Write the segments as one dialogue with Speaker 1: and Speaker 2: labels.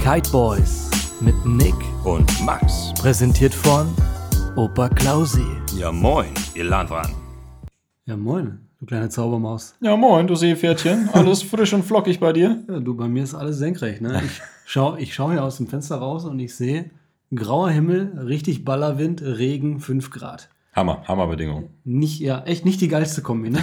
Speaker 1: Kite Boys mit Nick,
Speaker 2: Und Max.
Speaker 1: präsentiert von Opa Klausi.
Speaker 2: Ja moin, ihr Landran.
Speaker 1: Ja moin, du kleine Zaubermaus.
Speaker 3: Ja, moin, du Seepferdchen. Alles frisch und flockig bei dir.
Speaker 1: Ja, du, bei mir ist alles senkrecht, ne? Ich schaue ich schau hier aus dem Fenster raus und ich sehe grauer Himmel, richtig Ballerwind, Regen, 5 Grad.
Speaker 2: Hammer, Hammerbedingung.
Speaker 1: Nicht, ja, echt nicht die geilste Kombi, ne?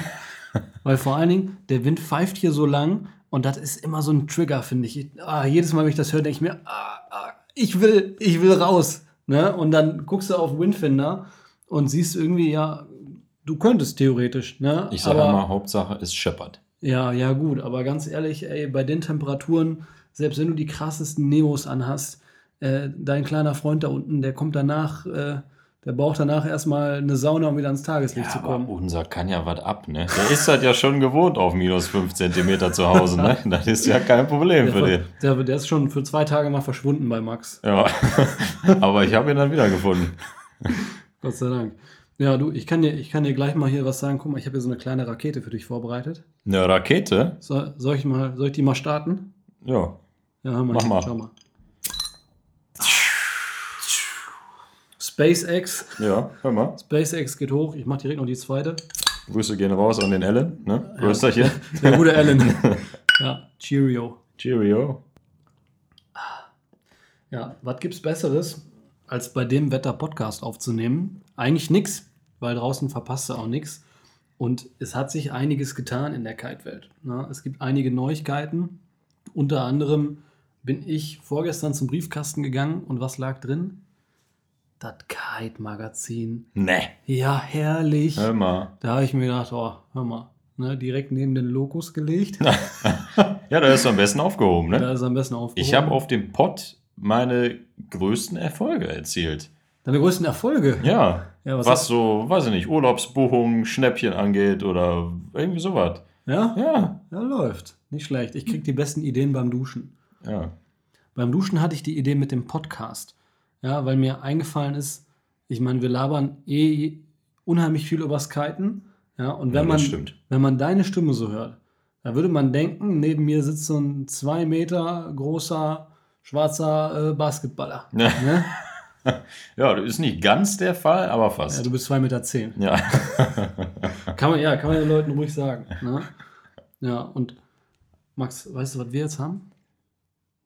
Speaker 1: Weil vor allen Dingen, der Wind pfeift hier so lang und das ist immer so ein Trigger, finde ich. ich ah, jedes Mal, wenn ich das höre, denke ich mir, ah, ah, ich will, ich will raus. Ne? Und dann guckst du auf Windfinder und siehst irgendwie, ja, du könntest theoretisch, ne?
Speaker 4: Ich sage
Speaker 1: Aber-
Speaker 4: immer, Hauptsache es scheppert.
Speaker 1: Ja, ja, gut, aber ganz ehrlich, ey, bei den Temperaturen, selbst wenn du die krassesten Neos anhast, äh, dein kleiner Freund da unten, der kommt danach, äh, der braucht danach erstmal eine Sauna, um wieder ans Tageslicht zu
Speaker 4: aber
Speaker 1: kommen.
Speaker 4: unser kann ja was ab, ne? Der ist das ja schon gewohnt auf minus 5 Zentimeter zu Hause, ne? Das ist ja kein Problem
Speaker 1: Der,
Speaker 4: für
Speaker 1: ver-
Speaker 4: den.
Speaker 1: der, der ist schon für zwei Tage mal verschwunden bei Max.
Speaker 4: Ja. aber ich habe ihn dann wiedergefunden.
Speaker 1: Gott sei Dank. Ja, du, ich kann dir, ich kann dir gleich mal hier was sagen. Guck mal, ich habe hier so eine kleine Rakete für dich vorbereitet.
Speaker 4: Eine Rakete?
Speaker 1: So, soll, ich mal, soll ich die mal starten?
Speaker 4: Ja.
Speaker 1: Ja, hör mal.
Speaker 4: Mach
Speaker 1: hier,
Speaker 4: mal.
Speaker 1: Schau mal. SpaceX.
Speaker 4: Ja, hör mal.
Speaker 1: SpaceX geht hoch. Ich mache direkt noch die zweite.
Speaker 4: Grüße gehen raus an den Ellen, ne? Grüsterchen.
Speaker 1: Der gute Alan. ja, Cheerio.
Speaker 4: Cheerio.
Speaker 1: Ja, was gibt's Besseres, als bei dem Wetter Podcast aufzunehmen? Eigentlich nix, weil draußen verpasst du auch nix. Und es hat sich einiges getan in der Kite-Welt. Na, Es gibt einige Neuigkeiten. Unter anderem bin ich vorgestern zum Briefkasten gegangen und was lag drin? Das Kite-Magazin.
Speaker 4: Ne.
Speaker 1: Ja, herrlich.
Speaker 4: Hör mal.
Speaker 1: Da habe ich mir gedacht, oh, hör mal, ne, direkt neben den Lokus gelegt.
Speaker 4: Ja, da ist er am besten aufgehoben, ne?
Speaker 1: Da ist er am besten aufgehoben.
Speaker 4: ich habe auf dem Pott meine größten Erfolge erzielt.
Speaker 1: Deine größten Erfolge.
Speaker 4: Ja.
Speaker 1: Ja, was,
Speaker 4: Was,
Speaker 1: was?
Speaker 4: so, weiß ich nicht, Urlaubsbuchungen, Schnäppchen angeht oder irgendwie sowas.
Speaker 1: Ja?
Speaker 4: Ja.
Speaker 1: ja, läuft. Nicht schlecht. Ich krieg die besten Ideen beim Duschen.
Speaker 4: Ja.
Speaker 1: Beim Duschen hatte ich die Idee mit dem Podcast. Ja, weil mir eingefallen ist, ich meine, wir labern eh unheimlich viel übers Kiten. Ja, und wenn,
Speaker 4: Ja,
Speaker 1: man,
Speaker 4: das stimmt.
Speaker 1: wenn man deine Stimme so hört, da würde man denken, neben mir sitzt so ein zwei Meter großer, schwarzer äh, Basketballer.
Speaker 4: Ja.
Speaker 1: Ne?
Speaker 4: ja, das ist nicht ganz der Fall, aber
Speaker 1: Ja,
Speaker 4: fast.
Speaker 1: du bist zwei Meter zehn.
Speaker 4: Ja.
Speaker 1: Kann man, ja, kann man den Leuten ruhig sagen. Ne? Ja, und Max, weißt du, was wir jetzt haben?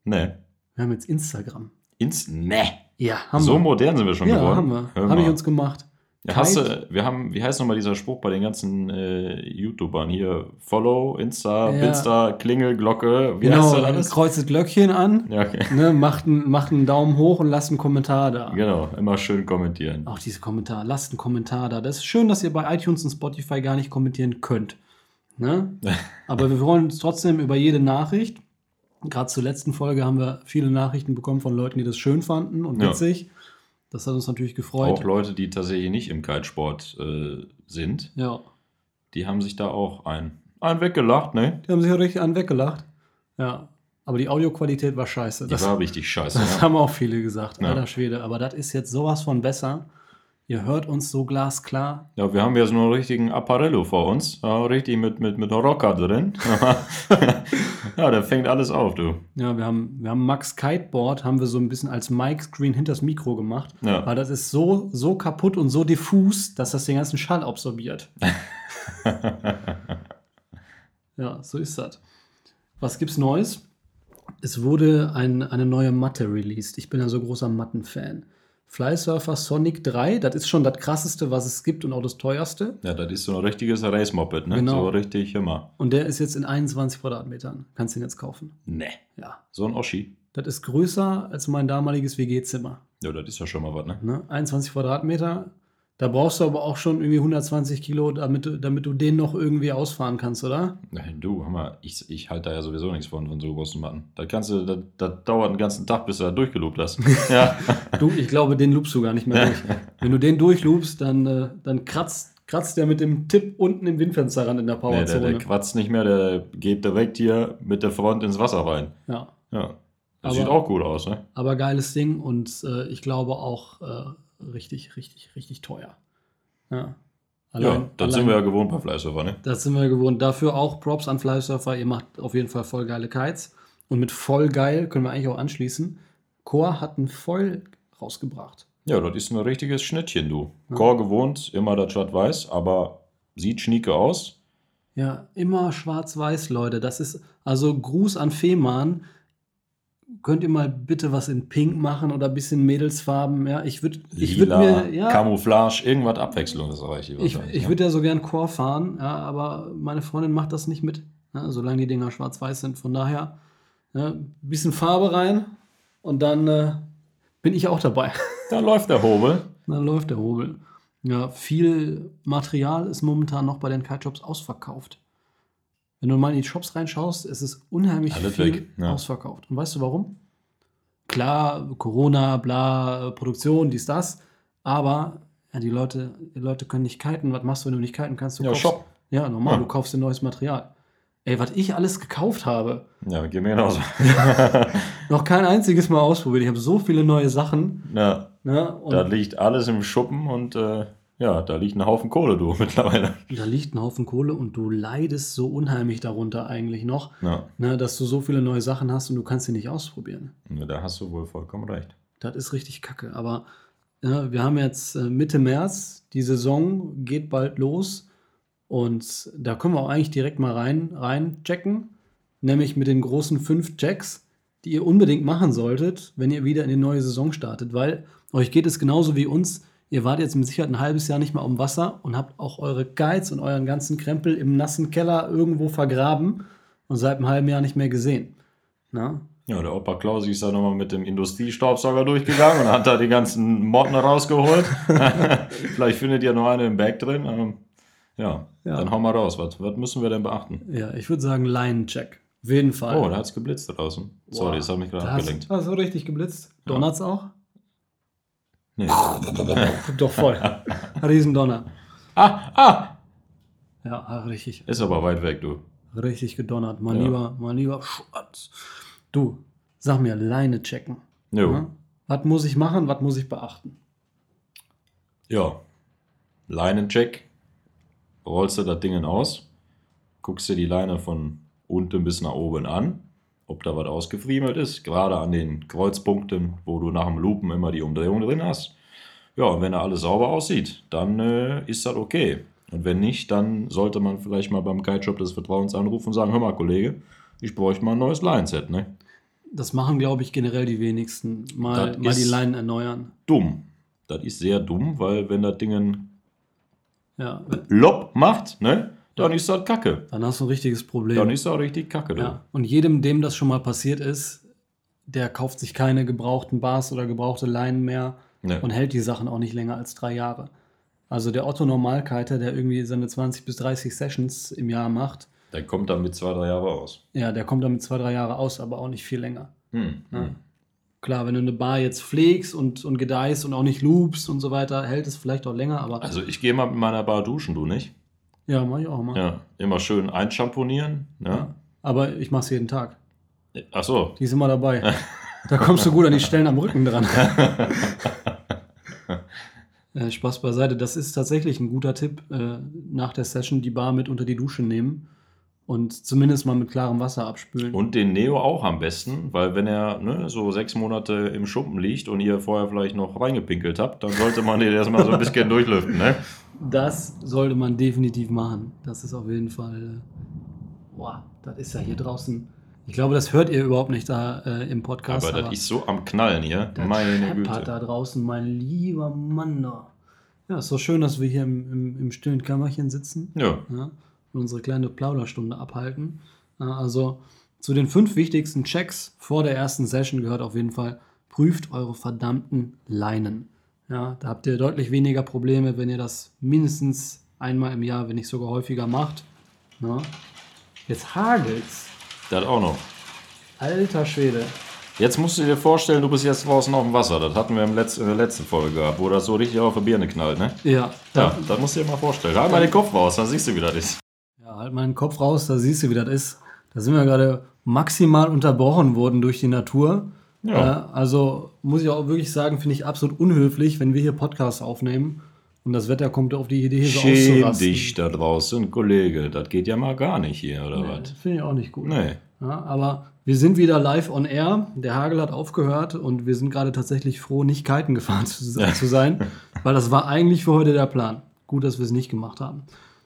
Speaker 4: ne.
Speaker 1: Wir haben jetzt Instagram.
Speaker 4: Ins, ne.
Speaker 1: Ja,
Speaker 4: So modern sind wir schon
Speaker 1: ja,
Speaker 4: geworden.
Speaker 1: haben wir.
Speaker 4: Hör
Speaker 1: Habe ich
Speaker 4: mal.
Speaker 1: uns gemacht.
Speaker 4: ja, hast
Speaker 1: Kite-
Speaker 4: du, wir haben, wie heißt nochmal dieser Spruch bei den ganzen äh, YouTubern hier? Follow, Insta,
Speaker 1: Ja.
Speaker 4: Insta, Klingel, Glocke. Wie heißt
Speaker 1: genau,
Speaker 4: das
Speaker 1: dann
Speaker 4: alles?
Speaker 1: kreuzt das Glöckchen an,
Speaker 4: Ja, okay.
Speaker 1: ne, macht, einen, macht einen Daumen hoch und lasst einen Kommentar da.
Speaker 4: Genau, immer schön kommentieren.
Speaker 1: Auch diese Kommentar, lasst einen Kommentar da. Das ist schön, dass ihr bei iTunes und Spotify gar nicht kommentieren könnt. Ne? Aber wir freuen uns trotzdem über jede Nachricht. Gerade zur letzten Folge haben wir viele Nachrichten bekommen von Leuten, die das schön fanden und
Speaker 4: Ja.
Speaker 1: witzig. Das hat uns natürlich gefreut.
Speaker 4: Auch Leute, die tatsächlich nicht im Kitesport äh, sind,
Speaker 1: ja.
Speaker 4: die haben sich da auch ein, ein weggelacht, ne?
Speaker 1: Die haben sich ja richtig an weggelacht. Ja. Aber die Audioqualität war scheiße.
Speaker 4: Die
Speaker 1: Das,
Speaker 4: war richtig scheiße.
Speaker 1: das
Speaker 4: ja.
Speaker 1: haben auch viele gesagt.
Speaker 4: Ja.
Speaker 1: Alter Schwede. Aber das ist jetzt sowas von besser. Ihr hört uns so glasklar.
Speaker 4: ja, wir haben jetzt nur einen richtigen Apparello vor uns. Ja, richtig mit, mit, mit Rocker drin. ja, da fängt alles auf, du.
Speaker 1: Ja, wir haben, wir haben Max Kiteboard, haben wir so ein bisschen als Mic-Screen hinters Mikro gemacht.
Speaker 4: Ja.
Speaker 1: Weil das ist so, so kaputt und so diffus, dass das den ganzen Schall absorbiert. ja, so ist das. Was gibt's Neues? Es wurde ein, eine neue Matte released. Ich bin ja so großer Matten-Fan. Flysurfer Sonic 3, das ist schon das krasseste, was es gibt und auch das teuerste.
Speaker 4: Ja, das ist so ein richtiges Race-Moped, ne?
Speaker 1: Genau.
Speaker 4: So richtig immer.
Speaker 1: Und der ist jetzt in 21 Quadratmetern. Kannst du ihn jetzt kaufen.
Speaker 4: Ne.
Speaker 1: Ja.
Speaker 4: So ein Oschi.
Speaker 1: Das ist größer als mein damaliges WG-Zimmer.
Speaker 4: Ja, das ist ja schon mal was, ne?
Speaker 1: Ne? 21 Quadratmeter. Da brauchst du aber auch schon irgendwie 120 Kilo, damit, du- damit du den noch irgendwie ausfahren kannst, oder?
Speaker 4: Nein, du, hör mal, ich, ich halte da ja sowieso nichts von, von so großen Matten. Das, kannst du, das, das dauert einen ganzen Tag, bis du da durchgelobt hast. ja.
Speaker 1: Du, ich glaube, den loopst du gar nicht mehr durch. Wenn du den durchloopst, dann, äh, dann kratzt, kratzt der mit dem Tipp unten im Windfenster ran in der
Speaker 4: Nee, der,
Speaker 1: Powerzone.
Speaker 4: der quatzt nicht mehr, der geht direkt hier mit der Front ins Wasser rein.
Speaker 1: ja.
Speaker 4: Ja. Das
Speaker 1: Aber-
Speaker 4: sieht auch gut aus, ne?
Speaker 1: Aber geiles Ding und äh, ich glaube auch äh, richtig, richtig, richtig teuer. Ja,
Speaker 4: ja, das sind wir ja gewohnt bei Fleischhofer, ne?
Speaker 1: Das sind wir gewohnt. Dafür auch Props an Flysurfer. Ihr macht auf jeden Fall voll geile Kites. Und mit voll geil können wir eigentlich auch anschließen. Chor hat ein Voll rausgebracht.
Speaker 4: Ja, das ist ein richtiges Schnittchen, du. Chor gewohnt, immer das Schwarz-Weiß, aber sieht schnieke aus.
Speaker 1: Ja, immer schwarz-weiß, Leute. Das ist also Gruß an Fehmarn. Könnt ihr mal bitte was in Pink machen oder ein bisschen Mädelsfarben? Ja, ich würde ich würd
Speaker 4: Lila,
Speaker 1: mir. Ja,
Speaker 4: Camouflage, irgendwas Abwechslungsreiches.
Speaker 1: ich
Speaker 4: wahrscheinlich,
Speaker 1: ich
Speaker 4: ne?
Speaker 1: würde ja so gern Chor fahren, ja, aber meine Freundin macht das nicht mit, ja, solange die Dinger schwarz-weiß sind. Von daher, ja, ein bisschen Farbe rein und dann äh, bin ich auch dabei.
Speaker 4: Da läuft der Hobel.
Speaker 1: Dann läuft der Hobel. Ja, viel Material ist momentan noch bei den Kite-Shops ausverkauft. Wenn du mal in die Shops reinschaust, es ist unheimlich
Speaker 4: Alles
Speaker 1: viel
Speaker 4: weg, ja.
Speaker 1: ausverkauft. Und weißt du warum? Klar, Corona, bla, Produktion, dies, das. Aber ja, die, Leute, die Leute können nicht kiten. Was machst du, wenn du nicht kiten kannst? Du
Speaker 4: Ja,
Speaker 1: kaufst,
Speaker 4: Shop.
Speaker 1: Ja, normal,
Speaker 4: Ja.
Speaker 1: du kaufst dir neues Material. Ey, was ich alles gekauft habe,
Speaker 4: Ja, geht mir genauso.
Speaker 1: noch kein einziges Mal ausprobiert. Ich habe so viele neue Sachen.
Speaker 4: Ja,
Speaker 1: Ne? Und
Speaker 4: da liegt alles im Schuppen und äh, ja, da liegt ein Haufen Kohle, du, mittlerweile.
Speaker 1: da liegt ein Haufen Kohle und du leidest so unheimlich darunter eigentlich noch,
Speaker 4: Ja,
Speaker 1: ne, dass du so viele neue Sachen hast und du kannst sie nicht ausprobieren.
Speaker 4: da hast du wohl vollkommen recht.
Speaker 1: Das ist richtig kacke. Aber ja, wir haben jetzt äh, Mitte März, die Saison geht bald los und da können wir auch eigentlich direkt mal rein, rein checken, nämlich mit den großen fünf Checks, die ihr unbedingt machen solltet, wenn ihr wieder in die neue Saison startet, weil euch geht es genauso wie uns. Ihr wart jetzt mit Sicherheit ein halbes Jahr nicht mehr am Wasser und habt auch eure Guides und euren ganzen Krempel im nassen Keller irgendwo vergraben und seit einem halben Jahr nicht mehr gesehen. Na?
Speaker 4: Ja, der Opa Klausi ist da nochmal mit dem Industriestaubsauger durchgegangen und hat da die ganzen Motten rausgeholt. Vielleicht findet ihr noch eine im Bag drin. Ähm, ja,
Speaker 1: Ja.
Speaker 4: dann hau mal raus. Was, was müssen wir denn beachten?
Speaker 1: Ja, ich würde sagen Leinencheck. Auf jeden Fall.
Speaker 4: Oh, da hat's geblitzt da draußen. Sorry, das hat mich gerade
Speaker 1: Da hast-
Speaker 4: abgelenkt.
Speaker 1: Hast du richtig geblitzt? Donnert's auch?
Speaker 4: Nee.
Speaker 1: Doch voll. Riesendonner.
Speaker 4: Ah, ah!
Speaker 1: Ja, ah, richtig.
Speaker 4: Ist aber weit weg, du.
Speaker 1: Richtig gedonnert. Mein
Speaker 4: Ja.
Speaker 1: lieber, mein lieber Schatz. Du, sag mir, Leine checken.
Speaker 4: Jo.
Speaker 1: ne? Was muss ich machen? Was muss ich beachten?
Speaker 4: Ja. Leinencheck. Rollst du das Ding aus, guckst dir die Leine von unten bis nach oben an, ob da was ausgefriemelt ist, gerade an den Kreuzpunkten, wo du nach dem Lupen immer die Umdrehung drin hast. Ja, und wenn da alles sauber aussieht, dann äh, ist das okay. Und wenn nicht, dann sollte man vielleicht mal beim Kiteshop des Vertrauens anrufen und sagen, hör mal, Kollege, ich bräuchte mal ein neues Leinenset, ne?
Speaker 1: Das machen, glaube ich, generell die wenigsten. Mal,
Speaker 4: Das
Speaker 1: mal die
Speaker 4: ist-
Speaker 1: Leinen erneuern.
Speaker 4: Dumm. Das ist sehr dumm, weil wenn das Ding ein
Speaker 1: Ja,
Speaker 4: Lob macht, ne, dann ist das Kacke.
Speaker 1: dann hast du ein richtiges Problem.
Speaker 4: Dann ist er richtig kacke, du.
Speaker 1: Ja, und jedem, dem das schon mal passiert ist, der kauft sich keine gebrauchten Bars oder gebrauchte Leinen mehr
Speaker 4: Nee.
Speaker 1: und hält die Sachen auch nicht länger als drei Jahre. Also der Otto Normalkeiter, der irgendwie seine 20 bis 30 Sessions im Jahr macht,
Speaker 4: Dann kommt er mit zwei, drei Jahre aus.
Speaker 1: ja, der kommt damit zwei, drei Jahre aus, aber auch nicht viel länger.
Speaker 4: Hm.
Speaker 1: Ja. Klar, wenn du eine Bar jetzt pflegst und, und gedeihst und auch nicht loopst und so weiter, hält es vielleicht auch länger, aber
Speaker 4: Also ich gehe mal mit meiner Bar duschen, du nicht?
Speaker 1: ja, mach ich auch mal.
Speaker 4: Ja. Immer schön einschamponieren. Ja.
Speaker 1: Aber ich mach's jeden Tag.
Speaker 4: Ach so.
Speaker 1: Die ist immer dabei. Da kommst du gut an die Stellen am Rücken dran. äh, Spaß beiseite. Das ist tatsächlich ein guter Tipp. Äh, nach der Session die Bar mit unter die Dusche nehmen und zumindest mal mit klarem Wasser abspülen.
Speaker 4: Und den Neo auch am besten, weil wenn er ne, so sechs Monate im Schuppen liegt und ihr vorher vielleicht noch reingepinkelt habt, dann sollte man den erstmal so ein bisschen durchlüften, ne?
Speaker 1: Das sollte man definitiv machen. Das ist auf jeden Fall. Äh, boah, das ist ja hier draußen. Ich glaube, das hört ihr überhaupt nicht da äh, im Podcast.
Speaker 4: Aber das ist so am Knallen hier.
Speaker 1: Das
Speaker 4: Meine
Speaker 1: scheppert
Speaker 4: Güte.
Speaker 1: da draußen, mein lieber Mann da. Ja, ist doch schön, dass wir hier im, im, im stillen Kammerchen sitzen
Speaker 4: Ja.
Speaker 1: ja, ne, und unsere kleine Plauderstunde abhalten. Ja, also zu den fünf wichtigsten Checks vor der ersten Session gehört auf jeden Fall, prüft eure verdammten Leinen. Ja, da habt ihr deutlich weniger Probleme, wenn ihr das mindestens einmal im Jahr, wenn nicht sogar häufiger macht. Ja. Jetzt hagelt's.
Speaker 4: Das auch noch.
Speaker 1: Alter Schwede.
Speaker 4: Jetzt musst du dir vorstellen, du bist jetzt draußen auf dem Wasser. Das hatten wir im Letz in der letzten Folge gehabt, wo das so richtig auf der Birne knallt, ne?
Speaker 1: Ja, da,
Speaker 4: Ja, das musst du dir mal vorstellen. Halt mal den Kopf raus, dann siehst du, wie das ist.
Speaker 1: Ja, halt mal den Kopf raus, da siehst du, wie das ist. Da sind wir gerade maximal unterbrochen worden durch die Natur.
Speaker 4: Ja.
Speaker 1: Äh, also muss ich auch wirklich sagen, finde ich absolut unhöflich, wenn wir hier Podcasts aufnehmen und das Wetter kommt auf die Idee, hier so
Speaker 4: Schäm
Speaker 1: auszurasten.
Speaker 4: dich da draußen, Kollege. Das geht ja mal gar nicht hier, oder
Speaker 1: Nee,
Speaker 4: was?
Speaker 1: Finde ich auch nicht gut.
Speaker 4: Nee.
Speaker 1: Ja, aber wir sind wieder live on air. Der Hagel hat aufgehört und wir sind gerade tatsächlich froh, nicht kiten gefahren zu, zu sein, weil das war eigentlich für heute der Plan. Gut, dass wir es nicht gemacht haben.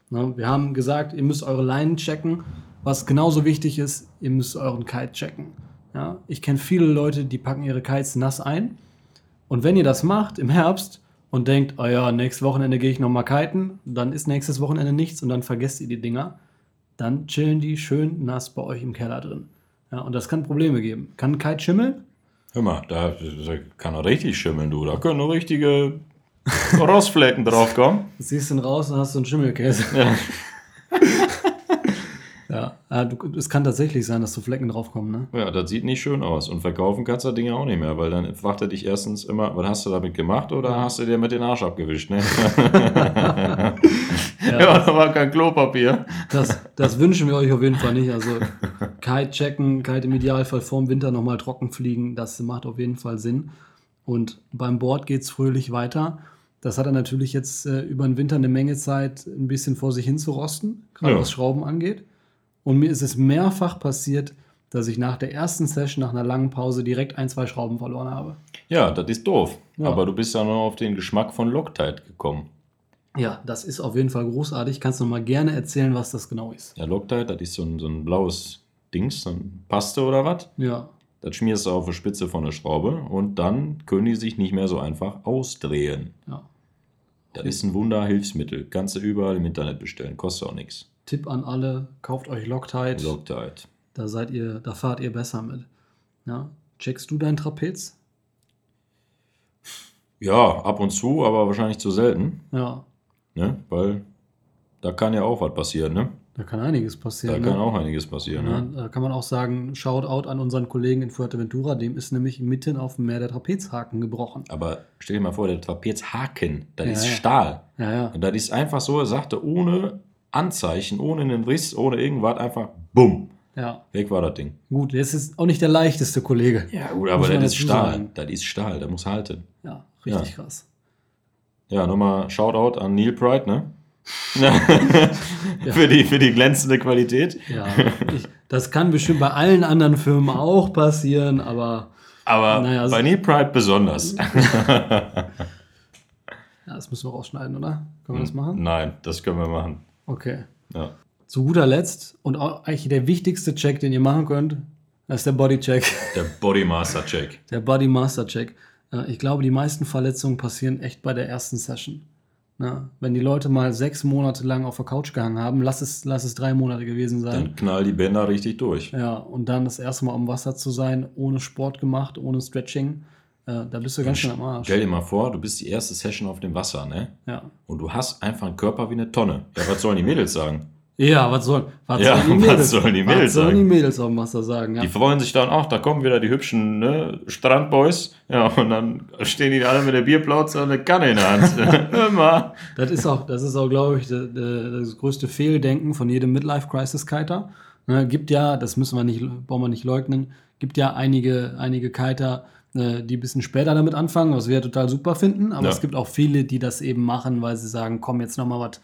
Speaker 1: Ne, wir haben gesagt, ihr müsst eure Leinen checken. Was genauso wichtig ist, ihr müsst euren Kite checken. Ja, ich kenne viele Leute, die packen ihre Kites nass ein. Und wenn ihr das macht im Herbst und denkt, oh ja, nächstes Wochenende gehe ich nochmal kiten, dann ist nächstes Wochenende nichts und dann vergesst ihr die Dinger dann chillen die schön nass bei euch im Keller drin. Ja, und das kann Probleme geben. Kann Kite schimmeln?
Speaker 4: Hör mal, da, da kann er richtig schimmeln, du. Da können richtige Rostflecken draufkommen.
Speaker 1: Du ziehst ihn raus und hast so einen Schimmelkäse. Ja. ah, du, es kann tatsächlich sein, dass so Flecken draufkommen, ne?
Speaker 4: Ja, das sieht nicht schön aus. Und verkaufen kannst du das Ding auch nicht mehr, weil dann fragt er dich erstens immer, was hast du damit gemacht oder hast du dir mit den Arsch abgewischt, ne? ja, da war kein Klopapier.
Speaker 1: Das, das wünschen wir euch auf jeden Fall nicht. Also Kite checken, Kite im Idealfall vorm Winter nochmal trocken fliegen, das macht auf jeden Fall Sinn. Und beim Board geht es fröhlich weiter. Das hat er natürlich jetzt äh, über den Winter eine Menge Zeit, ein bisschen vor sich hin zu rosten, gerade
Speaker 4: Ja.
Speaker 1: was Schrauben angeht. Und mir ist es mehrfach passiert, dass ich nach der ersten Session, nach einer langen Pause, direkt ein, zwei Schrauben verloren habe.
Speaker 4: Ja, das ist doof.
Speaker 1: Ja.
Speaker 4: Aber du bist ja noch auf den Geschmack von Loctite gekommen.
Speaker 1: Ja, das ist auf jeden Fall großartig. Kannst du noch mal gerne erzählen, was das genau ist?
Speaker 4: Ja, Loctite, halt, das ist so ein, so ein blaues Dings, so ein Paste oder was.
Speaker 1: Ja,
Speaker 4: Das schmierst du auf die Spitze von der Schraube und dann können die sich nicht mehr so einfach ausdrehen.
Speaker 1: ja.
Speaker 4: Das ist ein Wunderhilfsmittel. Kannst du überall im Internet bestellen. Kostet auch nichts. halt.
Speaker 1: Tipp an alle: Kauft euch Loctite.
Speaker 4: Loctite.
Speaker 1: Da seid ihr, da fahrt ihr besser mit. Ja. Checkst du dein Trapez?
Speaker 4: Ja, ab und zu, aber wahrscheinlich zu selten.
Speaker 1: Ja,
Speaker 4: Ne? Weil da kann ja auch was passieren. Ne?
Speaker 1: da kann einiges
Speaker 4: Da
Speaker 1: passieren.
Speaker 4: kann
Speaker 1: ne?
Speaker 4: auch einiges passieren.
Speaker 1: Ja,
Speaker 4: Ne?
Speaker 1: da kann man auch sagen, Shoutout an unseren Kollegen in Fuerteventura, dem ist nämlich mitten auf dem Meer der Trapezhaken gebrochen.
Speaker 4: Aber stell dir mal vor, der Trapezhaken, das
Speaker 1: Ja,
Speaker 4: ist
Speaker 1: ja.
Speaker 4: Stahl.
Speaker 1: Ja, ja.
Speaker 4: Und das ist einfach so, er sagte, ohne Anzeichen, ohne einen Riss, ohne irgendwas, einfach bumm,
Speaker 1: ja.
Speaker 4: weg war das Ding.
Speaker 1: Gut, das ist auch nicht der leichteste Kollege.
Speaker 4: Ja, gut,
Speaker 1: Muss
Speaker 4: aber
Speaker 1: man
Speaker 4: das ist
Speaker 1: dazu
Speaker 4: Stahl.
Speaker 1: sagen.
Speaker 4: Das ist Stahl, das muss halten.
Speaker 1: Ja, richtig
Speaker 4: Ja.
Speaker 1: krass.
Speaker 4: Ja, nochmal Shoutout an Neil Pride, ne? für, die, für die glänzende Qualität.
Speaker 1: Ja, ich, das kann bestimmt bei allen anderen Firmen auch passieren, aber
Speaker 4: Aber
Speaker 1: Naja, also so-
Speaker 4: bei Neil Pride besonders.
Speaker 1: ja, das müssen wir rausschneiden, oder? Können wir das
Speaker 4: Mhm.
Speaker 1: machen?
Speaker 4: Nein, das können wir machen.
Speaker 1: Okay.
Speaker 4: Ja.
Speaker 1: Zu guter Letzt und auch eigentlich der wichtigste Check, den ihr machen könnt, das ist der Bodycheck.
Speaker 4: Der Bodymaster Check.
Speaker 1: Der Body Master Check. Äh, Ich glaube, die meisten Verletzungen passieren echt bei der ersten Session. Na, wenn die Leute mal sechs Monate lang auf der Couch gehangen haben, lass es, lass es drei Monate gewesen sein.
Speaker 4: Dann knall die Bänder richtig durch.
Speaker 1: Ja, und dann das erste Mal am Wasser zu sein, ohne Sport gemacht, ohne Stretching, äh, da bist du ganz schön am Arsch.
Speaker 4: Stell dir mal vor, du bist die erste Session auf dem Wasser, ne?
Speaker 1: Ja.
Speaker 4: Und du hast einfach einen Körper wie eine Tonne. Ja, was sollen die Mädels sagen?
Speaker 1: ja, was sollen, was
Speaker 4: Ja,
Speaker 1: sollen die
Speaker 4: was
Speaker 1: Mädels,
Speaker 4: sollen die Mädels
Speaker 1: was sollen die
Speaker 4: sagen?
Speaker 1: Mädels auf dem Wasser sagen? Ja.
Speaker 4: Die freuen sich dann, ach, da kommen wieder die hübschen ne, Strandboys. Ja, und dann stehen die alle mit der Bierplauze und eine Kanne in der Hand. Immer.
Speaker 1: Das ist auch, das ist auch, glaube ich, de- de- das größte Fehldenken von jedem Midlife-Crisis-Kiter. Ne, gibt ja, das müssen wir nicht, brauchen wir nicht leugnen, gibt ja einige, einige Kiter, äh, die ein bisschen später damit anfangen, was wir ja total super finden. Aber
Speaker 4: Ja.
Speaker 1: es gibt auch viele, die das eben machen, weil sie sagen, komm, jetzt nochmal was,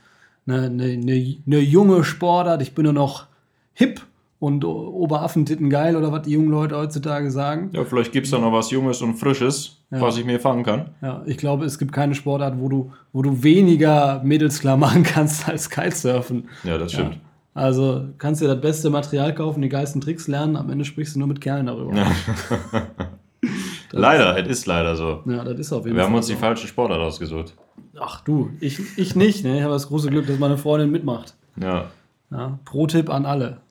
Speaker 1: ne, ne, ne, ne junge Sportart, ich bin nur noch hip und o- Oberaffentitten geil oder was die jungen Leute heutzutage sagen.
Speaker 4: Ja, vielleicht gibt es da noch was Junges und Frisches, was ich mir fangen kann.
Speaker 1: Ja, ich glaube, es gibt keine Sportart, wo du, wo du weniger Mädels klar machen kannst als Kitesurfen.
Speaker 4: Ja, das stimmt.
Speaker 1: Also kannst dir das beste Material kaufen, die geilsten Tricks lernen, am Ende sprichst du nur mit Kerlen darüber. Ja,
Speaker 4: leider, es ist leider so.
Speaker 1: das ist auf jeden
Speaker 4: Wir
Speaker 1: Fall.
Speaker 4: haben uns
Speaker 1: so.
Speaker 4: die falsche Sportart ausgesucht.
Speaker 1: Ach du, ich, ich nicht, ne? Ich habe das große Glück, dass meine Freundin mitmacht.
Speaker 4: Ja.
Speaker 1: Ja, Pro-Tipp an alle,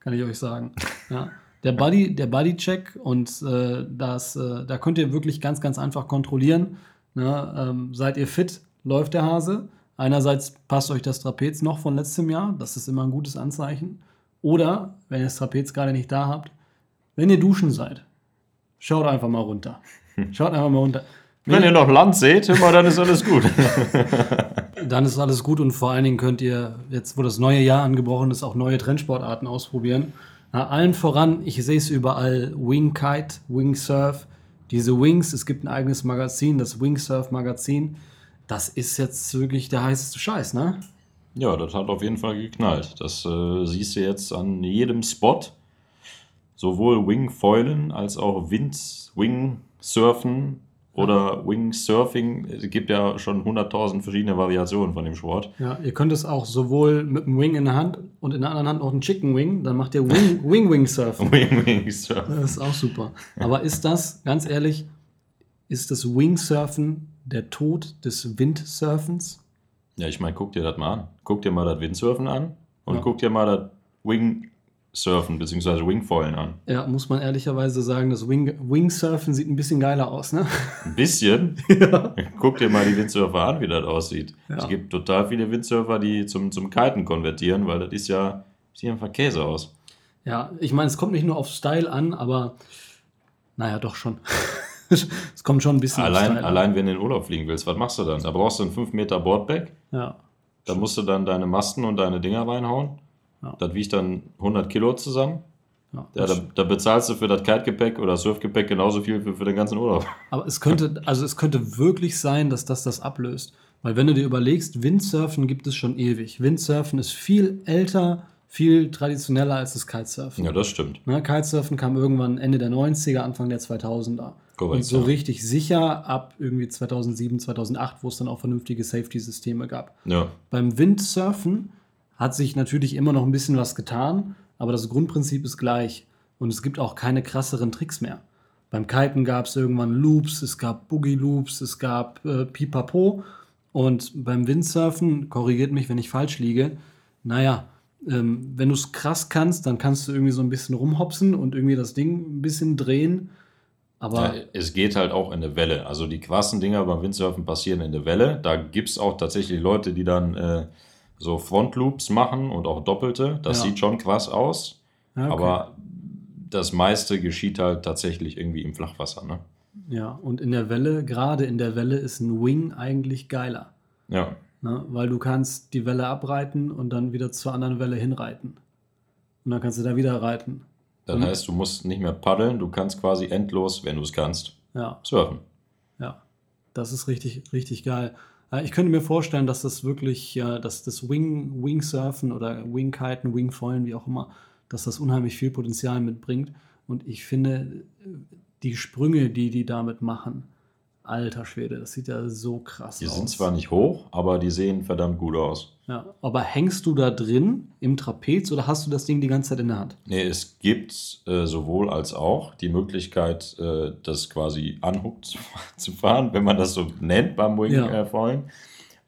Speaker 1: kann ich euch sagen. Ja. Der Buddy, der Buddy-Check und äh, das, äh, da könnt ihr wirklich ganz, ganz einfach kontrollieren. Ne? Ähm, seid ihr fit? Läuft der Hase? Einerseits passt euch das Trapez noch von letztem Jahr, das ist immer ein gutes Anzeichen. Oder, wenn ihr das Trapez gerade nicht da habt, wenn ihr duschen seid, schaut einfach mal runter. Schaut einfach mal runter.
Speaker 4: Wenn ihr noch Land seht, immer, dann ist alles gut.
Speaker 1: Dann ist alles gut und vor allen Dingen könnt ihr jetzt, wo das neue Jahr angebrochen ist, auch neue Trendsportarten ausprobieren. Na, allen voran, ich sehe es überall, Wingkite, Wingsurf, diese Wings, es gibt ein eigenes Magazin, das Wingsurf-Magazin. Das ist jetzt wirklich der heißeste Scheiß, ne?
Speaker 4: Ja, das hat auf jeden Fall geknallt. Das äh, siehst du jetzt an jedem Spot. sowohl Wingfoilen als auch Winds, Wingsurfen oder Wingsurfing. Es gibt ja schon 100.000 verschiedene Variationen von dem Sport.
Speaker 1: Ja, ihr könnt es auch sowohl mit dem Wing in der Hand und in der anderen Hand auch einen Chicken Wing, dann macht ihr Wing Wing Wing Surfen.
Speaker 4: Wing, Wing, Surfen.
Speaker 1: Das ist auch super. Aber ist das, ganz ehrlich, ist das Wingsurfen der Tod des Windsurfens?
Speaker 4: Ja, ich meine, guck dir das mal an. Guck dir mal das Windsurfen an und
Speaker 1: Ja.
Speaker 4: guck dir mal das Wingsurfen bzw. Wingfoilen an.
Speaker 1: Ja, muss man ehrlicherweise sagen, das Wing Wingsurfen sieht ein bisschen geiler aus, ne?
Speaker 4: Ein bisschen. Guck dir mal die Windsurfer an, wie das aussieht.
Speaker 1: Ja.
Speaker 4: Es gibt total viele Windsurfer, die zum, zum Kiten konvertieren, weil das ist ja, sieht einfach Käse aus.
Speaker 1: Ja, ich meine, es kommt nicht nur auf Style an, aber naja, doch schon. es kommt schon ein bisschen auf
Speaker 4: Allein,
Speaker 1: Style an.
Speaker 4: allein wenn du in den Urlaub fliegen willst, was machst du dann? Da brauchst du ein 5 Meter Boardback,
Speaker 1: Ja.
Speaker 4: da musst du dann deine Masten und deine Dinger reinhauen.
Speaker 1: Ja.
Speaker 4: Das wiegt dann 100 Kilo zusammen.
Speaker 1: Ja,
Speaker 4: Ja, da, da bezahlst du für das Kite-Gepäck oder Surfgepäck genauso viel wie für den ganzen Urlaub.
Speaker 1: Aber es könnte, also es könnte wirklich sein, dass das das ablöst. Weil wenn du dir überlegst, Windsurfen gibt es schon ewig. Windsurfen ist viel älter, viel traditioneller als das Kitesurfen.
Speaker 4: Ja, das stimmt.
Speaker 1: Ne, Kitesurfen kam irgendwann Ende der 90er, Anfang der 2000er.
Speaker 4: Korrekt,
Speaker 1: Und so
Speaker 4: ja.
Speaker 1: richtig sicher ab irgendwie 2007, 2008, wo es dann auch vernünftige Safety-Systeme gab.
Speaker 4: Ja.
Speaker 1: Beim Windsurfen hat sich natürlich immer noch ein bisschen was getan, aber das Grundprinzip ist gleich. Und es gibt auch keine krasseren Tricks mehr. Beim Kiten gab es irgendwann Loops, es gab Boogie Loops, es gab äh, Pipapo. Und beim Windsurfen, korrigiert mich, wenn ich falsch liege, naja, ähm, wenn du es krass kannst, dann kannst du irgendwie so ein bisschen rumhopsen und irgendwie das Ding ein bisschen drehen. Aber
Speaker 4: Ja, es geht halt auch in der Welle. Also die krassen Dinger beim Windsurfen passieren in der Welle. Da gibt es auch tatsächlich Leute, die dann äh, so Frontloops machen und auch Doppelte. Das
Speaker 1: Ja.
Speaker 4: sieht schon krass aus.
Speaker 1: Ja, okay.
Speaker 4: Aber das meiste geschieht halt tatsächlich irgendwie im Flachwasser. Ne?
Speaker 1: ja, und in der Welle, gerade in der Welle, ist ein Wing eigentlich geiler.
Speaker 4: Ja.
Speaker 1: Ne? Weil du kannst die Welle abreiten und dann wieder zur anderen Welle hinreiten. Und dann kannst du da wieder reiten. Mhm.
Speaker 4: Dann heißt, du musst nicht mehr paddeln, du kannst quasi endlos, wenn du es kannst,
Speaker 1: Ja,
Speaker 4: surfen.
Speaker 1: ja. Das ist richtig, richtig geil. Äh, Ich könnte mir vorstellen, dass das wirklich, äh, dass das Wing, Wingsurfen oder Wingkiten, Wingfoilen, wie auch immer, dass das unheimlich viel Potenzial mitbringt. Und ich finde, äh, die Sprünge, die die damit machen, alter Schwede, das sieht ja so krass
Speaker 4: Die
Speaker 1: aus.
Speaker 4: sind zwar nicht hoch, aber die sehen verdammt gut aus.
Speaker 1: ja, aber hängst du da drin im Trapez oder hast du das Ding die ganze Zeit in der Hand?
Speaker 4: Nee, es gibt äh, sowohl als auch die Möglichkeit, äh, das quasi anhuckt zu, zu fahren, wenn man das so nennt beim Wing
Speaker 1: Ja.
Speaker 4: äh, Fallen,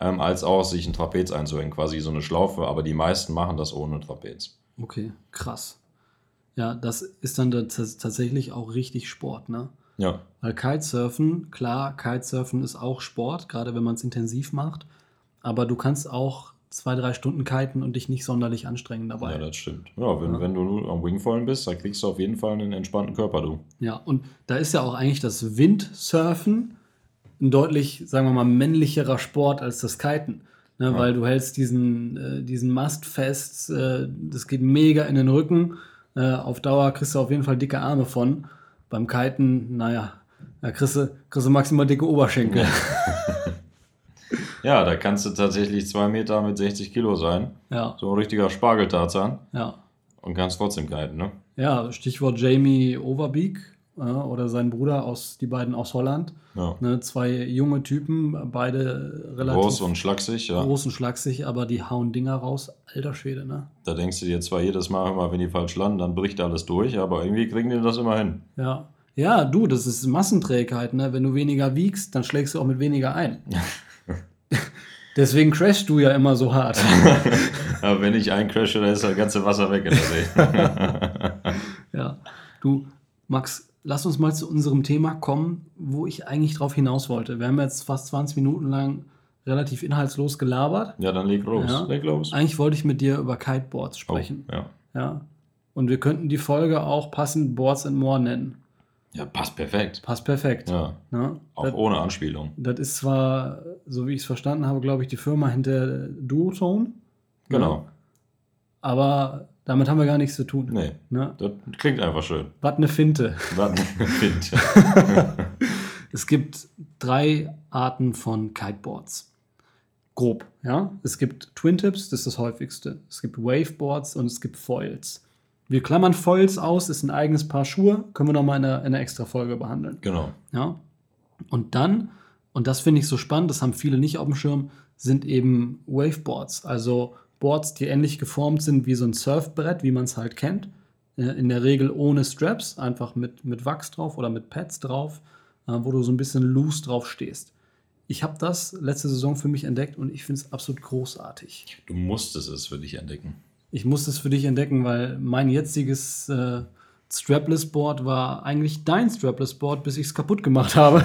Speaker 4: ähm, als auch sich ein Trapez einzuhängen, quasi so eine Schlaufe. Aber die meisten machen das ohne Trapez.
Speaker 1: Okay, krass. Ja, das ist dann da tats- tatsächlich auch richtig Sport, ne?
Speaker 4: Ja,
Speaker 1: Weil Kitesurfen, klar, Kitesurfen ist auch Sport, gerade wenn man es intensiv macht. Aber du kannst auch zwei, drei Stunden kiten und dich nicht sonderlich anstrengen dabei.
Speaker 4: ja das stimmt. Ja, wenn,
Speaker 1: Ja.
Speaker 4: wenn du nur am Wing Fallen bist, dann kriegst du auf jeden Fall einen entspannten Körper, du.
Speaker 1: Ja, und da ist ja auch eigentlich das Windsurfen ein deutlich, sagen wir mal, männlicherer Sport als das Kiten. Ne,
Speaker 4: Ja.
Speaker 1: Weil du hältst diesen, äh, diesen Mast fest, äh, das geht mega in den Rücken. Äh, auf Dauer kriegst du auf jeden Fall dicke Arme von. Beim Kiten, naja, da kriegst du, kriegst du maximal dicke Oberschenkel.
Speaker 4: Ja, da kannst du tatsächlich zwei Meter mit 60 Kilo sein.
Speaker 1: Ja,
Speaker 4: So ein richtiger Spargeltarzan
Speaker 1: ja.
Speaker 4: und kannst trotzdem kiten, ne?
Speaker 1: Ja, Stichwort Jamie Overbeek äh, oder sein Bruder aus, die beiden aus Holland.
Speaker 4: Ja.
Speaker 1: Ne, zwei junge Typen, beide relativ.
Speaker 4: Groß und schlaksig, ja.
Speaker 1: groß und schlaksig, aber die hauen Dinger raus. Alter Schwede, ne?
Speaker 4: Da denkst du dir zwar jedes Mal, hör mal, wenn die falsch landen, dann bricht alles durch, aber irgendwie kriegen die das immer hin.
Speaker 1: Ja. Ja, du, das ist Massenträgheit, ne? Wenn du weniger wiegst, dann schlägst du auch mit weniger ein. Deswegen crashst du ja immer so hart.
Speaker 4: Aber wenn ich eincrashe, dann ist das ganze Wasser weg in der See.
Speaker 1: ja. Du, Max, lass uns mal zu unserem Thema kommen, wo ich eigentlich drauf hinaus wollte. Wir haben jetzt fast 20 Minuten lang relativ inhaltslos gelabert.
Speaker 4: ja, dann leg los.
Speaker 1: Ja.
Speaker 4: Leg los.
Speaker 1: Eigentlich wollte ich mit dir über Kiteboards
Speaker 4: Oh,
Speaker 1: sprechen.
Speaker 4: ja.
Speaker 1: Ja. Und wir könnten die Folge auch passend Boards and More nennen.
Speaker 4: ja, passt perfekt.
Speaker 1: Passt perfekt.
Speaker 4: Ja,
Speaker 1: Ne?
Speaker 4: auch
Speaker 1: Das-
Speaker 4: ohne Anspielung.
Speaker 1: Das ist zwar, so wie ich es verstanden habe, glaube ich, die Firma hinter Duotone. ne?
Speaker 4: Genau.
Speaker 1: Aber damit haben wir gar nichts zu tun.
Speaker 4: Nee,
Speaker 1: Ne?
Speaker 4: das klingt einfach schön.
Speaker 1: Was eine Finte.
Speaker 4: Warten, Wind.
Speaker 1: Es gibt drei Arten von Kiteboards. Grob, ja. Es gibt Twin Tips, das ist das häufigste. Es gibt Waveboards und es gibt Foils. Wir klammern Foils aus, ist ein eigenes Paar Schuhe, können wir nochmal in einer, in einer extra Folge behandeln.
Speaker 4: Genau.
Speaker 1: Ja. Und dann, und das finde ich so spannend, das haben viele nicht auf dem Schirm, sind eben Waveboards. Also Boards, die ähnlich geformt sind wie so ein Surfbrett, wie man es halt kennt. Äh, In der Regel ohne Straps, einfach mit, mit Wachs drauf oder mit Pads drauf, äh, wo du so ein bisschen loose drauf stehst. Ich habe das letzte Saison für mich entdeckt und ich finde es absolut großartig.
Speaker 4: Du musstest es für dich entdecken.
Speaker 1: Ich musste es für dich entdecken, weil mein jetziges äh, Strapless Board war eigentlich dein Strapless Board, bis ich es kaputt gemacht habe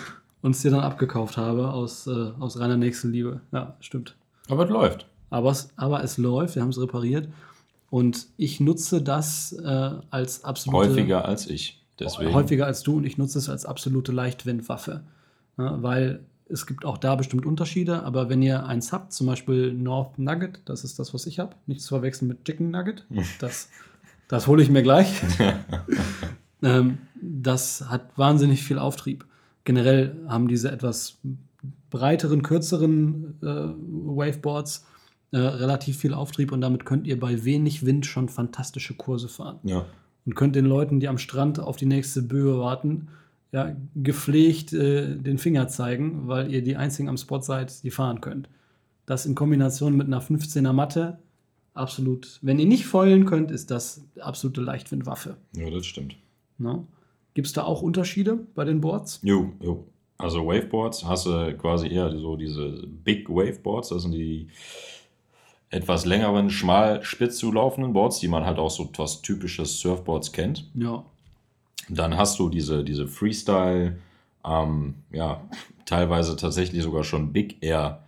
Speaker 1: und es dir dann abgekauft habe aus, äh, aus reiner Nächstenliebe. Ja, stimmt.
Speaker 4: Aber es läuft.
Speaker 1: Aber es, aber es läuft, wir haben es repariert und ich nutze das äh, als absolute
Speaker 4: Häufiger als ich. Deswegen.
Speaker 1: häufiger als du und ich nutze es als absolute Leichtwindwaffe. Ja, weil es gibt auch da bestimmt Unterschiede, aber wenn ihr eins habt, zum Beispiel North Nugget, das ist das, was ich habe, nicht zu verwechseln mit Chicken Nugget, das, das hole ich mir gleich. ähm, das hat wahnsinnig viel Auftrieb. Generell haben diese etwas breiteren, kürzeren äh, Waveboards äh, relativ viel Auftrieb und damit könnt ihr bei wenig Wind schon fantastische Kurse fahren
Speaker 4: Ja.
Speaker 1: und könnt den Leuten, die am Strand auf die nächste Böe warten, ja, gepflegt äh, den Finger zeigen, weil ihr die einzigen am Spot seid, die fahren könnt. Das in Kombination mit einer 15er Matte, absolut. Wenn ihr nicht feulen könnt, ist das absolute Leichtwindwaffe.
Speaker 4: ja, das stimmt.
Speaker 1: Ne? Gibt es da auch Unterschiede bei den Boards?
Speaker 4: Jo, jo. Also Waveboards hast du quasi eher so diese Big Waveboards, das sind die etwas längeren, schmal spitz zulaufenden Boards, die man halt auch so was typisches Surfboards kennt.
Speaker 1: Ja.
Speaker 4: Dann hast du diese, diese Freestyle, ähm, ja, teilweise tatsächlich sogar schon Big Air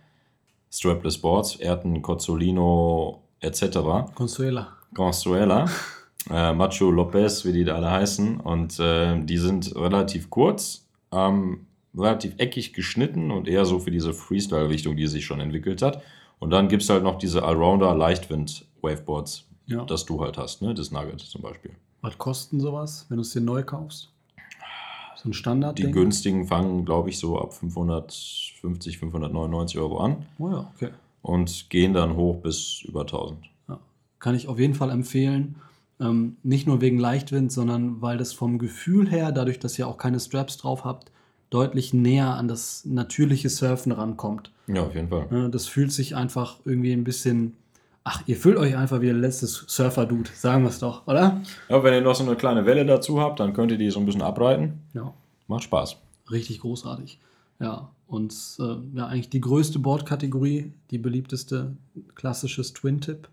Speaker 4: Strapless Boards, Erten, Cozzolino etc.
Speaker 1: Consuela.
Speaker 4: Consuela, äh, Macho Lopez, wie die alle heißen. Und äh, die sind relativ kurz, ähm, relativ eckig geschnitten und eher so für diese Freestyle-Richtung, die sich schon entwickelt hat. Und dann gibt es halt noch diese Allrounder Leichtwind-Waveboards,
Speaker 1: Ja.
Speaker 4: das du halt hast, ne? Das Nugget zum Beispiel.
Speaker 1: Was kosten sowas, wenn du es dir neu kaufst? So ein Standard.
Speaker 4: Die günstigen fangen, glaube ich, so ab 550, 599 Euro an
Speaker 1: Oh ja, okay.
Speaker 4: und gehen dann hoch bis über 1000.
Speaker 1: kann ich auf jeden Fall empfehlen. Ähm, nicht nur wegen Leichtwind, sondern weil das vom Gefühl her, dadurch, dass ihr auch keine Straps drauf habt, deutlich näher an das natürliche Surfen rankommt.
Speaker 4: Ja, auf jeden Fall.
Speaker 1: Ne, Das fühlt sich einfach irgendwie ein bisschen. Ach, ihr fühlt euch einfach wie der letzte Surfer-Dude, sagen wir es doch, oder?
Speaker 4: Ja, wenn ihr noch so eine kleine Welle dazu habt, dann könnt ihr die so ein bisschen abreiten.
Speaker 1: Ja.
Speaker 4: Macht Spaß.
Speaker 1: Richtig großartig. Ja, und äh, ja, eigentlich die größte Boardkategorie, die beliebteste, klassisches Twin-Tip.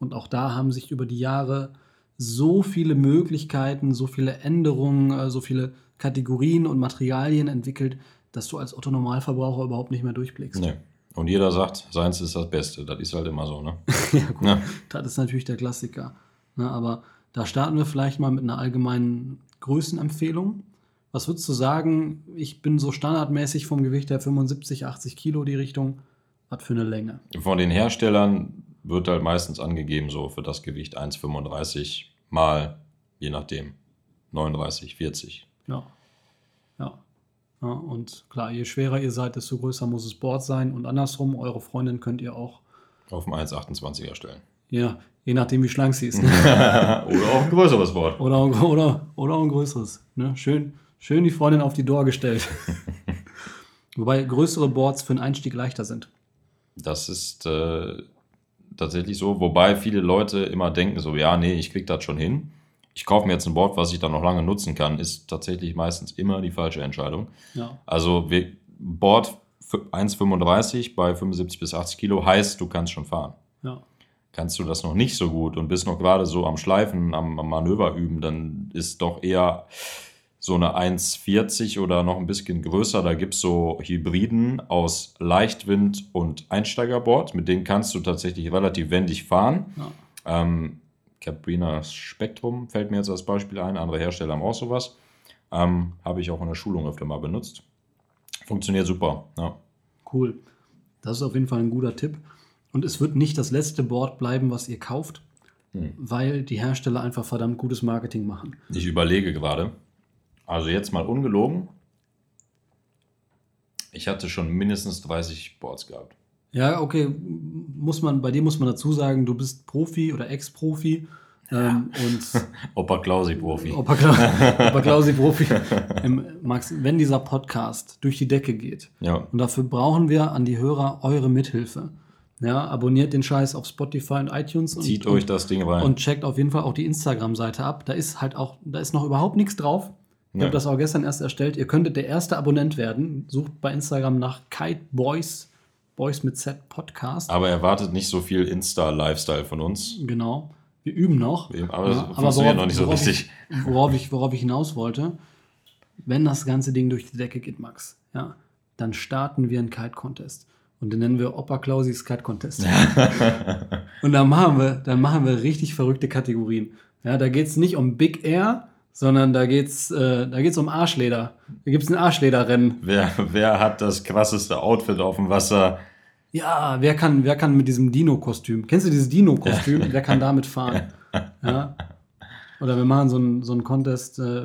Speaker 1: Und auch da haben sich über die Jahre so viele Möglichkeiten, so viele Änderungen, äh, so viele Kategorien und Materialien entwickelt, dass du als Otto-Normalverbraucher überhaupt nicht mehr durchblickst.
Speaker 4: Nee. Und jeder sagt, seins ist das Beste. Das ist halt immer so, ne?
Speaker 1: ja, gut.
Speaker 4: Ja.
Speaker 1: Das ist natürlich der Klassiker. Ne, aber da starten wir vielleicht mal mit einer allgemeinen Größenempfehlung. Was würdest du sagen? Ich bin so standardmäßig vom Gewicht der 75, 80 Kilo die Richtung. Was für eine Länge?
Speaker 4: Von den Herstellern wird halt meistens angegeben, so für das Gewicht 1,35 mal, je nachdem, 39, 40.
Speaker 1: Ja. ja. Ja. Und klar, je schwerer ihr seid, desto größer muss das Board sein. Und andersrum, eure Freundin könnt ihr auch,
Speaker 4: Auf dem 1,28er stellen.
Speaker 1: ja, je nachdem, wie schlank sie ist. Ne?
Speaker 4: Oder auch ein größeres Wort.
Speaker 1: Oder, oder, oder ein größeres. Ne? Schön, schön die Freundin auf die Door gestellt. Wobei größere Boards für einen Einstieg leichter sind.
Speaker 4: Das ist äh, tatsächlich so, wobei viele Leute immer denken, so, ja, nee, ich krieg das schon hin. Ich kaufe mir jetzt ein Board, was ich dann noch lange nutzen kann, ist tatsächlich meistens immer die falsche Entscheidung.
Speaker 1: Ja.
Speaker 4: Also wir, Board fü- 1,35 bei 75 bis 80 Kilo heißt, du kannst schon fahren.
Speaker 1: ja.
Speaker 4: Kannst du das noch nicht so gut und bist noch gerade so am Schleifen, am, am Manöver üben, dann ist doch eher so eine 1,40 oder noch ein bisschen größer. Da gibt es so Hybriden aus Leichtwind und Einsteigerboard. Mit denen kannst du tatsächlich relativ wendig fahren.
Speaker 1: Ja.
Speaker 4: Ähm, Cabrina Spectrum fällt mir jetzt als Beispiel ein. Andere Hersteller haben auch sowas. Ähm, Habe ich auch in der Schulung öfter mal benutzt. Funktioniert super. Ja.
Speaker 1: Cool. Das ist auf jeden Fall ein guter Tipp. Und es wird nicht das letzte Board bleiben, was ihr kauft,
Speaker 4: Hm.
Speaker 1: weil die Hersteller einfach verdammt gutes Marketing machen.
Speaker 4: Ich überlege gerade. Also jetzt mal ungelogen. Ich hatte schon mindestens 30 Boards gehabt.
Speaker 1: Ja, okay, muss man, bei dem muss man dazu sagen, du bist Profi oder Ex-Profi. Ähm, und
Speaker 4: Opa Klausi-Profi.
Speaker 1: Opa, Kla Opa Klausi Profi. Ähm, Max, wenn dieser Podcast durch die Decke geht,
Speaker 4: Ja.
Speaker 1: und dafür brauchen wir an die Hörer eure Mithilfe. Ja, abonniert den Scheiß auf Spotify und iTunes und,
Speaker 4: Zieht
Speaker 1: und,
Speaker 4: euch das Ding rein.
Speaker 1: und checkt auf jeden Fall auch die Instagram-Seite ab. Da ist halt auch, da ist noch überhaupt nichts drauf. Ich
Speaker 4: Ja.
Speaker 1: habe das auch gestern erst erstellt. Ihr könntet der erste Abonnent werden. Sucht bei Instagram nach Kite Boys, Boys mit Z Podcast.
Speaker 4: aber erwartet nicht so viel Insta-Lifestyle von uns.
Speaker 1: Genau. Wir üben noch.
Speaker 4: Eben, aber das funktioniert noch nicht so
Speaker 1: worauf
Speaker 4: richtig.
Speaker 1: Ich, worauf, ich, worauf ich hinaus wollte, wenn das ganze Ding durch die Decke geht, Max, ja, dann starten wir einen Kite-Contest. Und den nennen wir Opa Klausis Kite-Contest. Und dann machen, wir, dann machen wir richtig verrückte Kategorien. Ja, da geht es nicht um Big Air, sondern da geht es äh, da geht's um Arschleder. Da gibt es ein Arschlederrennen.
Speaker 4: Wer, wer hat das krasseste Outfit auf dem Wasser?
Speaker 1: Ja, wer kann, wer kann mit diesem Dino-Kostüm? Kennst du dieses Dino-Kostüm? Wer kann damit fahren? Ja. Oder wir machen so einen, so einen Contest äh,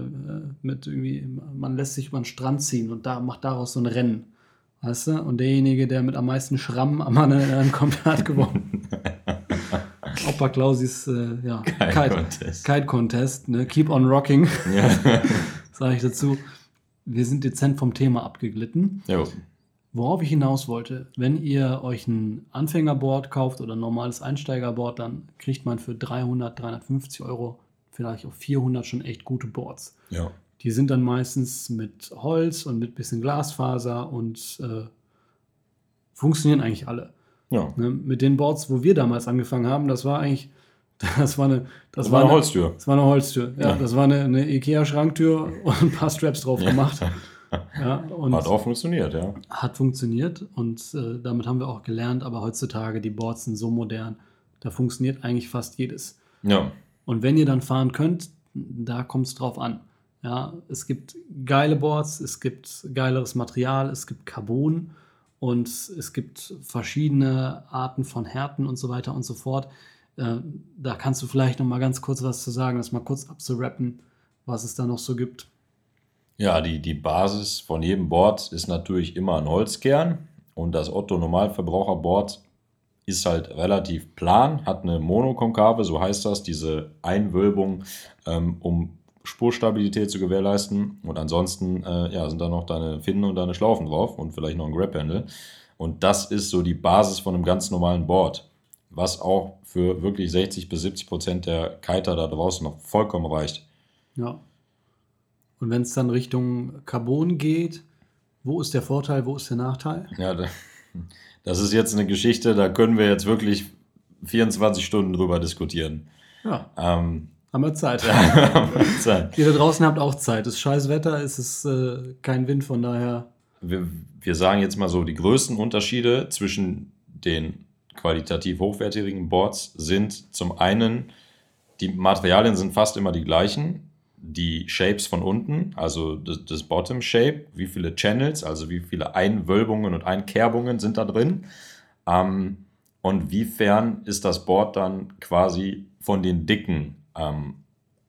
Speaker 1: mit irgendwie, man lässt sich über den Strand ziehen und da macht daraus so ein Rennen. Weißt du? Und derjenige, der mit am meisten Schrammen am anderen Ende kommt, hat gewonnen. Opa Klausis äh, ja,
Speaker 4: Contest.
Speaker 1: Kite Contest, ne? Keep on Rocking,
Speaker 4: Ja.
Speaker 1: sage ich dazu. Wir sind dezent vom Thema abgeglitten.
Speaker 4: jo.
Speaker 1: Worauf ich hinaus wollte, wenn ihr euch ein Anfängerboard kauft oder ein normales Einsteigerboard, dann kriegt man für 300, 350 Euro, vielleicht auch 400 schon echt gute Boards.
Speaker 4: Ja.
Speaker 1: Die sind dann meistens mit Holz und mit bisschen Glasfaser und äh, funktionieren eigentlich alle.
Speaker 4: ja.
Speaker 1: Ne? Mit den Boards, wo wir damals angefangen haben, das war eigentlich, das war eine, das
Speaker 4: Das war eine Holztür.
Speaker 1: das war eine Holztür. Ja,
Speaker 4: Ja.
Speaker 1: das war eine, eine Ikea-Schranktür und ein paar Straps drauf gemacht. Ja, und
Speaker 4: Hat auch funktioniert, ja.
Speaker 1: hat funktioniert und äh, damit haben wir auch gelernt, aber heutzutage die Boards sind so modern, da funktioniert eigentlich fast jedes.
Speaker 4: Ja.
Speaker 1: Und wenn ihr dann fahren könnt, da kommt es drauf an. Ja, es gibt geile Boards, es gibt geileres Material, es gibt Carbon und es gibt verschiedene Arten von Härten und so weiter und so fort. Äh, da kannst du vielleicht noch mal ganz kurz was zu sagen, das mal kurz abzurappen, was es da noch so gibt.
Speaker 4: Ja, die, die Basis von jedem Board ist natürlich immer ein Holzkern und das Otto Normalverbraucherboard ist halt relativ plan, hat eine Monokonkave, so heißt das, diese Einwölbung, ähm, um Spurstabilität zu gewährleisten. Und ansonsten äh, ja, sind da noch deine Finnen und deine Schlaufen drauf und vielleicht noch ein Grab-Handle. Und das ist so die Basis von einem ganz normalen Board, was auch für wirklich 60 bis 70 Prozent der Kiter da draußen noch vollkommen reicht.
Speaker 1: Ja. Und wenn es dann Richtung Carbon geht, wo ist der Vorteil, wo ist der Nachteil?
Speaker 4: Ja, da- das ist jetzt eine Geschichte, da können wir jetzt wirklich 24 Stunden drüber diskutieren.
Speaker 1: Ja,
Speaker 4: Ähm,
Speaker 1: haben wir Zeit.
Speaker 4: wir,
Speaker 1: Ihr da draußen habt auch Zeit. Es ist scheiß Wetter, es ist äh, kein Wind, von daher.
Speaker 4: wir sagen jetzt mal so, die größten Unterschiede zwischen den qualitativ hochwertigen Boards sind zum einen, die Materialien sind fast immer die gleichen. Die Shapes von unten, also das, das Bottom Shape, wie viele Channels, also wie viele Einwölbungen und Einkerbungen sind da drin. Ähm, und wie fern ist das Board dann quasi von den dicken? Ähm,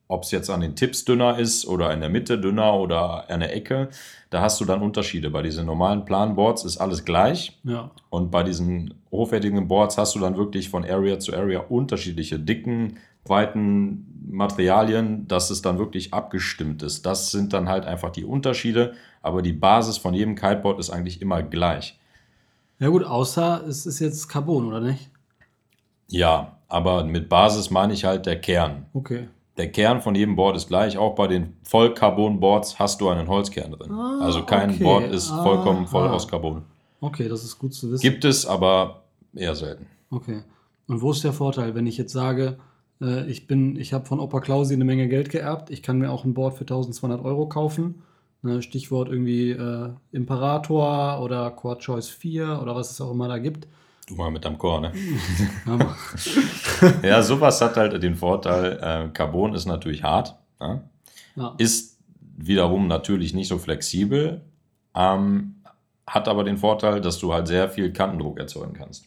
Speaker 4: Ob es jetzt an den Tipps dünner ist oder in der Mitte dünner oder an der Ecke, da hast du dann Unterschiede. Bei diesen normalen Planboards ist alles gleich
Speaker 1: Ja,
Speaker 4: und bei diesen hochwertigen Boards hast du dann wirklich von Area zu Area unterschiedliche Dicken, Breiten, Materialien, dass es dann wirklich abgestimmt ist. Das sind dann halt einfach die Unterschiede, aber die Basis von jedem Kiteboard ist eigentlich immer gleich.
Speaker 1: ja gut, außer es ist jetzt Carbon, oder nicht?
Speaker 4: Ja, aber mit Basis meine ich halt der Kern.
Speaker 1: Okay.
Speaker 4: Der Kern von jedem Board ist gleich. Auch bei den Vollcarbon-Boards hast du einen Holzkern drin.
Speaker 1: Ah,
Speaker 4: also kein
Speaker 1: okay. Ah.
Speaker 4: Board ist vollkommen voll
Speaker 1: Aha.
Speaker 4: aus Carbon.
Speaker 1: Okay, das ist gut zu wissen.
Speaker 4: Gibt es, aber eher selten.
Speaker 1: Okay. Und wo ist der Vorteil, wenn ich jetzt sage, äh, ich bin, ich habe von Opa Klausi eine Menge Geld geerbt, ich kann mir auch ein Board für 1200 Euro kaufen. Ne, Stichwort irgendwie äh, Imperator oder Quad Choice 4 oder was es auch immer da gibt.
Speaker 4: Du mal mit am Chor, ne?
Speaker 1: Ja, ma-
Speaker 4: ja, sowas hat halt den Vorteil, äh, Carbon ist natürlich hart. Ja?
Speaker 1: ja.
Speaker 4: ist wiederum natürlich nicht so flexibel, ähm, hat aber den Vorteil, dass du halt sehr viel Kantendruck erzeugen kannst.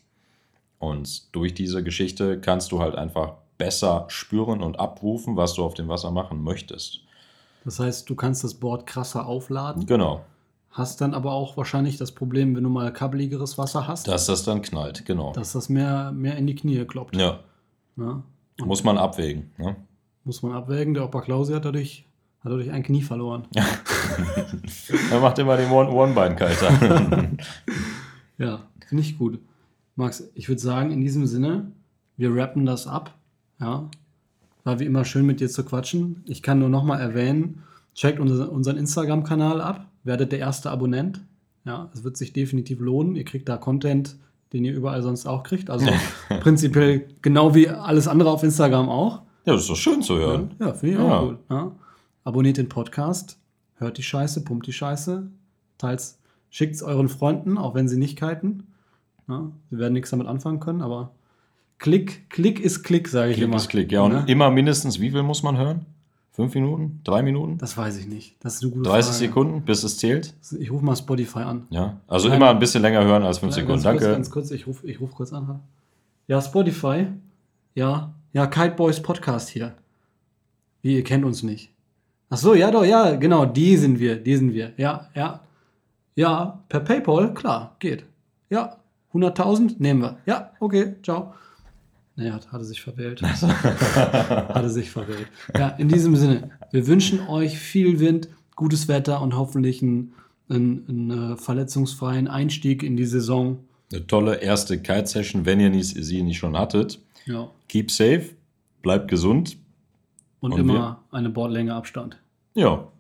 Speaker 4: Und durch diese Geschichte kannst du halt einfach besser spüren und abrufen, was du auf dem Wasser machen möchtest.
Speaker 1: Das heißt, du kannst das Board krasser aufladen,
Speaker 4: Genau,
Speaker 1: hast dann aber auch wahrscheinlich das Problem, wenn du mal kabbeligeres Wasser hast,
Speaker 4: dass das dann knallt, genau.
Speaker 1: dass das mehr, mehr in die Knie kloppt.
Speaker 4: Ja,
Speaker 1: Ne?
Speaker 4: Muss man abwägen. Ne?
Speaker 1: Muss man abwägen. Der Opa Klausi hat dadurch, hat dadurch ein Knie verloren. Ja.
Speaker 4: Er macht immer den One- One-Bein-Kalter.
Speaker 1: finde ich gut. Max, ich würde sagen, in diesem Sinne, wir rappen das ab. Ja. War wie immer schön mit dir zu quatschen. Ich kann nur nochmal erwähnen, checkt unser, unseren Instagram-Kanal ab, werdet der erste Abonnent. Ja, es wird sich definitiv lohnen. Ihr kriegt da Content, den ihr überall sonst auch kriegt. Also prinzipiell genau wie alles andere auf Instagram auch.
Speaker 4: ja, das ist doch schön zu hören.
Speaker 1: Ja, finde ich
Speaker 4: Ja.
Speaker 1: auch gut. Ja. Abonniert den Podcast, hört die Scheiße, pumpt die Scheiße, teils schickt es euren Freunden, auch wenn sie nicht kiten. Ja, sie werden nichts damit anfangen können, aber Klick, Klick ist Klick, sage ich
Speaker 4: Klick
Speaker 1: immer.
Speaker 4: ist Klick. Ja, und
Speaker 1: Ne?
Speaker 4: immer mindestens, wie viel muss man hören? Fünf Minuten? Drei Minuten?
Speaker 1: Das weiß ich nicht. Das ist eine gute
Speaker 4: 30
Speaker 1: Frage.
Speaker 4: Sekunden, bis es zählt?
Speaker 1: Ich rufe mal Spotify an.
Speaker 4: Ja. Also
Speaker 1: Nein.
Speaker 4: immer ein bisschen länger hören als fünf Sekunden.
Speaker 1: ganz kurz,
Speaker 4: Danke.
Speaker 1: Ganz kurz, ich rufe ich ruf kurz an. Ja, Spotify. Ja, ja, Kite Boys Podcast hier. Wie, ihr kennt uns nicht. Ach so, ja, doch, ja, genau, die sind wir, die sind wir. Ja, ja. Ja, per PayPal, klar, geht. Ja, 100.000 nehmen wir. Ja, okay, ciao. Naja, hat- hatte sich verwählt. hatte sich verwählt. Ja, in diesem Sinne, wir wünschen euch viel Wind, gutes Wetter und hoffentlich einen, einen, einen äh, verletzungsfreien Einstieg in die Saison.
Speaker 4: Eine tolle erste Kite-Session, wenn ihr nie- sie nicht schon hattet.
Speaker 1: Ja.
Speaker 4: Keep safe, bleibt gesund.
Speaker 1: Und,
Speaker 4: Und
Speaker 1: immer eine Bordlänge Abstand.
Speaker 4: Ja,